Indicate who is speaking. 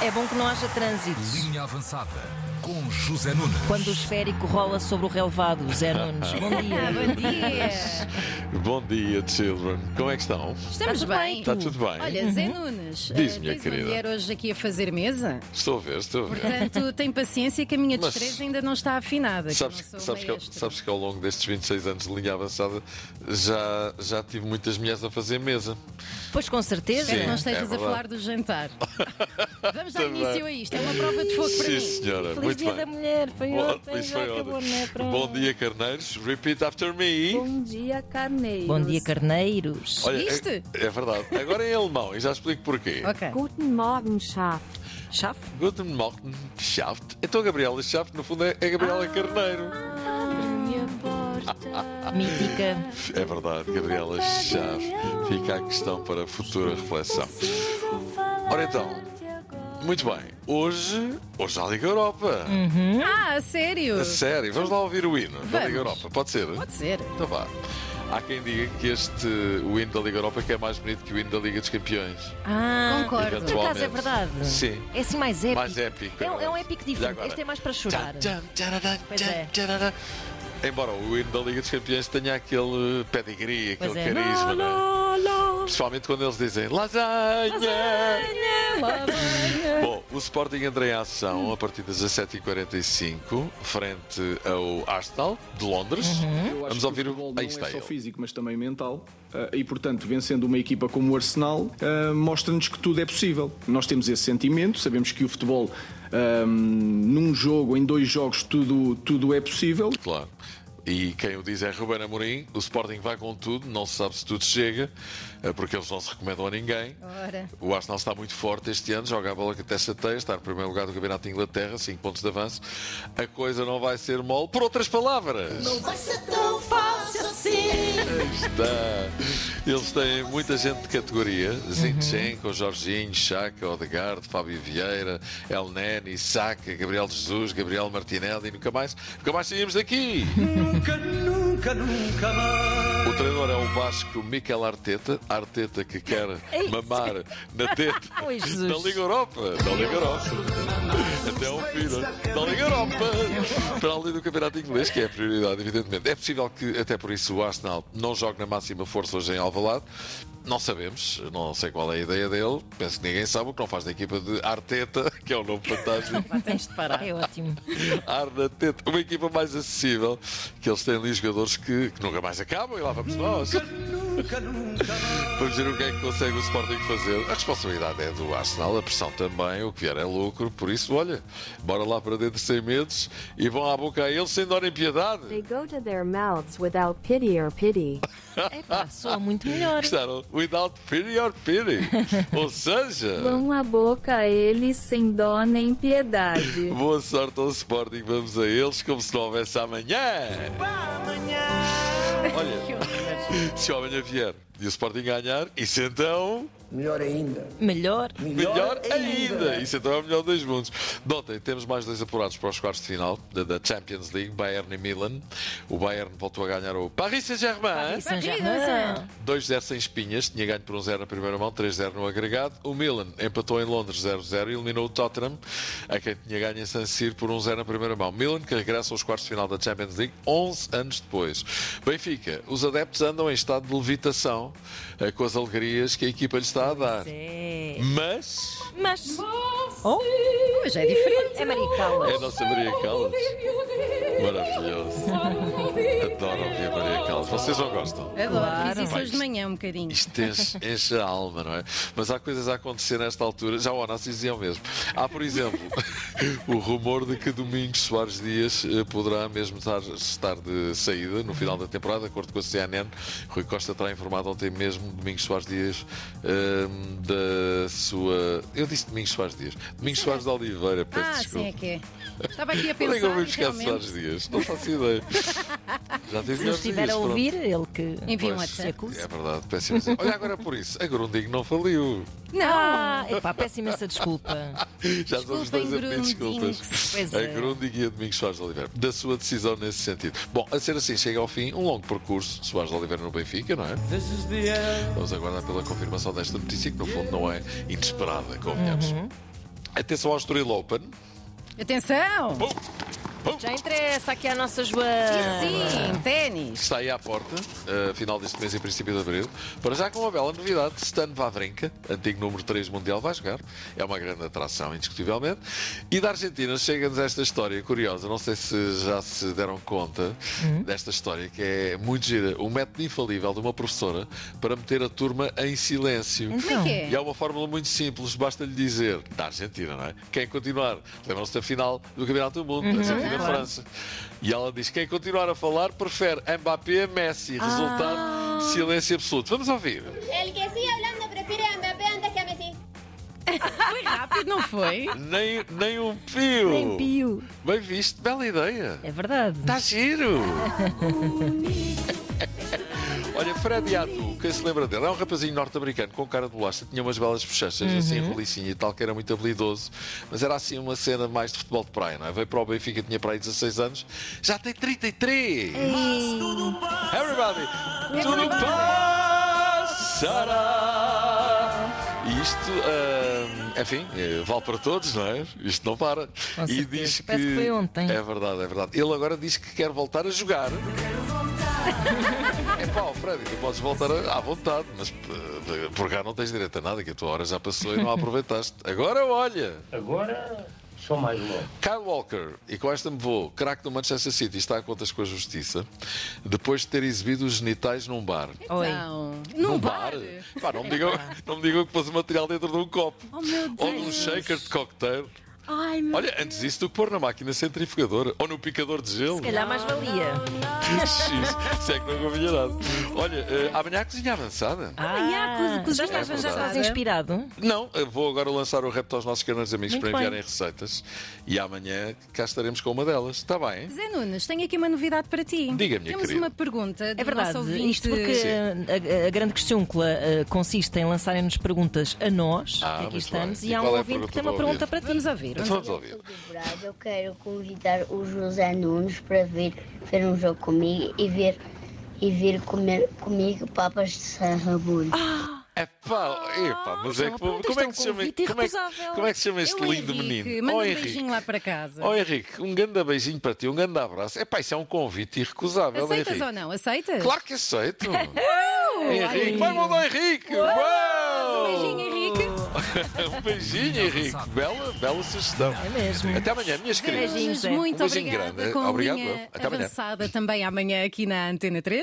Speaker 1: É bom que não haja trânsito.
Speaker 2: Linha avançada com José Nunes.
Speaker 1: Quando o esférico rola sobre o relevado, Zé Nunes. Bom dia.
Speaker 3: Ah, Bom dia.
Speaker 4: Bom dia, children. Como é que estão?
Speaker 3: Estamos
Speaker 1: Está tudo bem.
Speaker 3: bem.
Speaker 4: Está tudo Tá bem?
Speaker 3: Olha, Zé Nunes,
Speaker 4: Diz,
Speaker 3: eh,
Speaker 4: minha
Speaker 3: tens
Speaker 4: querida.
Speaker 3: uma mulher hoje aqui a fazer mesa?
Speaker 4: Estou a ver, estou a ver.
Speaker 3: Portanto, tem paciência que a minha
Speaker 4: Mas-
Speaker 3: destreza ainda não está afinada. que eu
Speaker 4: Sabes,
Speaker 3: não sou
Speaker 4: sabes que, eu-
Speaker 3: maestra.
Speaker 4: sabes que ao longo destes 26 anos de linha avançada já, já tive muitas mulheres a fazer mesa.
Speaker 1: Pois com certeza.
Speaker 3: Espero que não
Speaker 4: Sim, é
Speaker 3: estejas a
Speaker 4: verdade.
Speaker 3: falar do jantar. Vamos dar
Speaker 4: Também.
Speaker 3: início a isto. É uma prova de fogo para
Speaker 4: Sim,
Speaker 3: mim.
Speaker 4: senhora.
Speaker 1: Feliz
Speaker 4: muito
Speaker 1: dia
Speaker 4: bem.
Speaker 1: da mulher. Foi
Speaker 4: Bom,
Speaker 1: ontem,
Speaker 4: isso
Speaker 1: já
Speaker 4: foi
Speaker 1: acabou,
Speaker 4: ótimo.
Speaker 1: não é? Pronto.
Speaker 4: Bom dia, carneiros. Repeat after me.
Speaker 5: Bom dia, carneiros.
Speaker 1: Bom dia, carneiros.
Speaker 4: Olha,
Speaker 3: Viste?
Speaker 4: é, é verdade. Agora em alemão, e já explico porquê.
Speaker 3: Ok.
Speaker 5: Guten Morgen, Schaf.
Speaker 1: Chave?
Speaker 4: Guten Morgen, Schaft. Então, Gabriela Schaft, no fundo, é é Gabriela Carneiro.
Speaker 1: Mítica.
Speaker 4: É verdade, Gabriela Chaves. Fica a questão para a futura reflexão. Ora então, muito bem. Hoje, hoje há Liga Europa.
Speaker 1: Hum.
Speaker 3: Ah, a sério?
Speaker 4: A sério, vamos lá ouvir o hino da
Speaker 3: Vamos.
Speaker 4: Liga Europa. Pode ser?
Speaker 3: Pode ser.
Speaker 4: Então vá. Há quem diga que este, o hino da Liga Europa, que é mais bonito que o hino da Liga dos Campeões.
Speaker 1: Ah,
Speaker 3: Concordo.
Speaker 1: Por acaso é
Speaker 4: Atualmente.
Speaker 1: verdade?
Speaker 4: Sim.
Speaker 1: É assim mais épico.
Speaker 4: Mais épico,
Speaker 1: É, um- é um
Speaker 4: verdade.
Speaker 1: épico
Speaker 4: Já
Speaker 1: diferente.
Speaker 4: agora.
Speaker 1: Este é mais para chorar.
Speaker 4: Tchan, tchan, tcharará,
Speaker 1: Pois
Speaker 4: tchan,
Speaker 1: é.
Speaker 4: tcharará. Embora o hino da Liga dos Campeões tenha aquele pedigree,
Speaker 1: Pois
Speaker 4: aquele
Speaker 1: é.
Speaker 4: carisma, não é? Principalmente quando eles dizem lasanha! Bom, o Sporting entra em ação a partir das 17h45, frente ao Arsenal de Londres.
Speaker 6: Uhum. Eu
Speaker 4: Vamos
Speaker 6: acho que
Speaker 4: ouvir
Speaker 6: o
Speaker 4: o-
Speaker 6: futebol
Speaker 4: Aí
Speaker 6: não
Speaker 4: está
Speaker 6: é só
Speaker 4: ele.
Speaker 6: físico, mas também mental. Ah, e, portanto, vencendo uma equipa como o Arsenal, ah, mostra-nos que tudo é possível. Nós temos esse sentimento, sabemos que o futebol, ah, num jogo, em dois jogos, tudo, tudo é possível.
Speaker 4: Claro. E quem o diz é Ruben Amorim. O Sporting vai com tudo, não se sabe se tudo chega, eh, porque eles não se recomendam a ninguém.
Speaker 3: Ora.
Speaker 4: O Arsenal está muito forte este ano, joga a bola que até chateia, está no primeiro lugar do Campeonato de Inglaterra, 5 pontos de avanço. A coisa não vai ser mole, por outras palavras. Não vai ser tão fácil assim. Está. Eles têm muita gente de categoria: Zinchenko, Jorginho, Chaka, Odegaard, Fábio Vieira, El Neni, Saca, Gabriel Jesus, Gabriel Martinelli, nunca mais, nunca mais saímos daqui. O treinador é o Vasco Miquel Arteta, Arteta que quer mamar na teta
Speaker 1: Oi, Jesus.
Speaker 4: da Liga Europa, da Liga Europa. Até ao fim, né? da Liga Europa. Para além do campeonato inglês, que é a prioridade, evidentemente. É possível que, até por isso, o Arsenal não jogue na máxima força hoje em Alvalade. Não sabemos, não sei qual é a ideia dele. Penso que ninguém sabe o que não faz da equipa de Arteta, que é o novo fantástico.
Speaker 1: Pá, tens de parar. É ótimo.
Speaker 4: Ar na teta. Uma equipa mais acessível, que eles têm ali jogadores que, que nunca mais acabam e lá vamos nós. Vamos ver o que é que consegue o Sporting fazer. A responsabilidade é do Arsenal, a pressão também, o que vier é lucro, por isso, olha, bora lá para dentro sem medos e vão à boca a eles sem dó nem piedade.
Speaker 5: They go to their mouths without pity or pity.
Speaker 1: Epá, soa muito melhor.
Speaker 4: Gostaram? Without pity or pity. Ou seja.
Speaker 7: Vão à boca a eles sem dó nem piedade.
Speaker 4: Boa sorte ao Sporting, vamos a eles como se não houvesse amanhã. Olha, se o amanhã vier e o Sporting ganhar, isso então
Speaker 8: Melhor ainda.
Speaker 1: Melhor.
Speaker 4: melhor ainda. Isso então é o melhor dos mundos. Notem, temos mais dois apurados para os quartos de final da, da Champions League, Bayern e Milan. O Bayern voltou a ganhar o Paris Saint-Germain.
Speaker 1: Saint-Germain.
Speaker 4: 2-0 sem espinhas, tinha ganho por 1-0 na primeira mão, 3-0 no agregado. O Milan empatou em Londres 0-0 e eliminou o Tottenham, a quem tinha ganho em San Siro por 1-0 na primeira mão. Milan que regressa aos quartos de final da Champions League 11 anos depois. Benfica, os adeptos andam em estado de levitação eh, com as alegrias que a equipa lhe está a dar.
Speaker 1: É.
Speaker 4: Mas
Speaker 1: Mas. Oh,
Speaker 3: Hoje é diferente.
Speaker 1: é Maricalas.
Speaker 4: é a nossa Maria Callas. Maravilhoso. Adoro ouvir a Maria Callas. Vocês não gostam?
Speaker 3: Adoro.
Speaker 1: Claro.
Speaker 3: Fiz isso hoje de manhã um bocadinho.
Speaker 4: Isto enche, enche a alma, não é? Mas há coisas a acontecer nesta altura, já o Onassis diziam mesmo. Há, por exemplo, o rumor de que Domingos Soares Dias eh, poderá mesmo estar, estar de saída no final da temporada, de acordo com a CNN. Rui Costa terá informado ontem mesmo Domingos Soares Dias ehm, da sua. Eu disse Domingos Soares Dias. Domingos Soares de Oliveira, peço
Speaker 3: Ah,
Speaker 4: desculpa.
Speaker 3: sim, é que é. Estava aqui a
Speaker 4: Onde é que eu
Speaker 3: pensar.
Speaker 4: vou
Speaker 3: e
Speaker 4: buscar Soares
Speaker 3: realmente-
Speaker 4: Dias? Não faço ideia. Já tive
Speaker 1: Se nos estiver a ouvir, ele que.
Speaker 3: Envia um
Speaker 4: Pois,
Speaker 3: WhatsApp.
Speaker 4: É verdade, peço imensa- Olha, agora por isso, a Grundig não faliu.
Speaker 1: Ah, epá, peço imensa desculpa.
Speaker 4: Já somos dois a pedir
Speaker 3: Grundig.
Speaker 4: desculpas.
Speaker 1: Pois
Speaker 4: A
Speaker 1: é.
Speaker 4: Grundig e a Domingos Soares de Oliveira. Da sua decisão nesse sentido. Bom, a ser assim, chega ao fim um longo percurso. Soares de Oliveira no Benfica, não é?
Speaker 1: Uhum.
Speaker 4: Vamos aguardar pela confirmação desta notícia, que no fundo não é inesperada, convenhamos. Atenção ao Estoril Open.
Speaker 3: Atenção!
Speaker 1: Já interessa aqui à nossa Joana.
Speaker 3: Sim, ténis.
Speaker 4: Está aí à porta, eh, final deste mês e princípio de abril. Para já com uma bela novidade, Stan Wawrinka, antigo número 3 mundial, vai jogar. É uma grande atração, indiscutivelmente. E da Argentina chega-nos esta história curiosa, não sei se já se deram conta desta história, que é muito gira. O método infalível de uma professora para meter a turma em silêncio.
Speaker 3: Como é que é?
Speaker 4: E há uma fórmula muito simples, basta lhe dizer, da Argentina, não é? Quem continuar, lembram-se da final do Campeonato do Mundo, Argentina-França. E ela diz: quem continuar a falar prefere Mbappé a Messi. Resultado: silêncio absoluto. Vamos ouvir.
Speaker 8: El que sigue hablando prefiere a Mbappé antes que a Messi.
Speaker 3: Foi rápido, não foi?
Speaker 4: Nem, nem um pio.
Speaker 1: Bem pio.
Speaker 4: Bem visto, bela ideia.
Speaker 1: É verdade.
Speaker 4: Está giro! Olha, Fred Yatu, quem se lembra dele? É um rapazinho norte-americano com cara de bolacha, tinha umas belas bochechas, assim, rolicinha e tal, que era muito habilidoso, mas era assim uma cena mais de futebol de praia, não é? Veio para o Benfica, tinha para aí 16 anos, já tem 33! Everybody! Tudo passará! E isto, ah, enfim, eh, vale para todos, não é? Isto não para. e
Speaker 1: certeza. Parece que foi ontem.
Speaker 4: É verdade, é verdade. Ele agora diz que quer voltar a jogar. É pá, Freddy, tu podes voltar a- à vontade, mas eh, por cá não tens direito a nada, que a tua hora já passou e não a aproveitaste. Agora olha!
Speaker 9: Agora só mais louco.
Speaker 4: Kyle Walker, e com esta me vou, craque do Manchester City, está a contas com a justiça, depois de ter exibido os genitais num bar.
Speaker 1: Oi.
Speaker 3: Não. Num bar?
Speaker 4: Pá, não, me digam, não me digam que pôs o material dentro de um copo.
Speaker 3: Oh, meu
Speaker 4: Ou de um
Speaker 3: Deus.
Speaker 4: shaker de cocktail.
Speaker 3: Ai, meu
Speaker 4: Olha, antes disso, tu que pôr na máquina centrifugadora ou no picador de gelo.
Speaker 1: Calhar mais valia.
Speaker 4: Isso, isso é que não convinha nada. Olha, eh, amanhã a cozinha avançada.
Speaker 1: Ah,
Speaker 3: cozinha
Speaker 1: já estás, já estás
Speaker 3: avançada.
Speaker 1: inspirado?
Speaker 4: Não, eu vou agora lançar o repto aos nossos canais amigos
Speaker 1: Muito
Speaker 4: para
Speaker 1: bem.
Speaker 4: enviarem receitas e amanhã cá estaremos com uma delas. Está bem?
Speaker 3: Zé Nunes, tenho aqui uma novidade para ti.
Speaker 4: Diga, minha
Speaker 3: Temos
Speaker 4: querida.
Speaker 3: uma pergunta do
Speaker 1: É verdade,
Speaker 3: nosso ouvinte.
Speaker 1: isto porque
Speaker 4: Sim.
Speaker 1: eh, a, a grande questúncula eh, consiste em lançarem-nos perguntas a nós,
Speaker 4: Ah,
Speaker 1: que aqui
Speaker 4: muito
Speaker 1: estamos,
Speaker 4: bem.
Speaker 1: e
Speaker 4: E
Speaker 1: há
Speaker 4: qual
Speaker 1: um
Speaker 4: é a
Speaker 1: ouvinte que tem uma pergunta
Speaker 4: pergunta do
Speaker 1: para ti.
Speaker 3: Vamos ouvir.
Speaker 4: Então vamos ouvir.
Speaker 8: Eu quero convidar o José Nunes para vir ver um jogo comigo e vir, e vir comer comigo papas de sarrabulho.
Speaker 4: É pá, epá, mas é
Speaker 1: uma
Speaker 4: que,
Speaker 1: pergunta,
Speaker 4: como é que
Speaker 1: isto
Speaker 4: se
Speaker 1: é um
Speaker 4: chama
Speaker 1: convite
Speaker 4: como é, que-
Speaker 1: irrecusável.
Speaker 4: como é que se chama este
Speaker 3: É o
Speaker 4: lindo
Speaker 3: Henrique.
Speaker 4: menino?
Speaker 3: Manda
Speaker 4: Ó,
Speaker 3: um
Speaker 4: Henrique.
Speaker 3: beijinho lá para casa.
Speaker 4: Ó Henrique, um grande beijinho para ti, um grande abraço. É pá, isso é um convite irrecusável,
Speaker 3: Aceitas
Speaker 4: Henrique.
Speaker 3: ou não? Aceitas?
Speaker 4: Claro que aceito.
Speaker 3: ai.
Speaker 4: Henrique, vai mandar Henrique.
Speaker 3: Um
Speaker 4: Uau!
Speaker 3: beijinho, Henrique.
Speaker 4: Um beijinho, Henrique. Bela, bela sugestão.
Speaker 1: É mesmo.
Speaker 4: Até amanhã, minhas queridas.
Speaker 1: Beijinho. Beijinhos, Zé.
Speaker 3: Muito
Speaker 4: Um beijinho
Speaker 3: obrigada.
Speaker 4: grande.
Speaker 3: Com a
Speaker 4: Obrigado,
Speaker 3: linha
Speaker 4: até amanhã.
Speaker 3: avançada também amanhã aqui na Antena 3.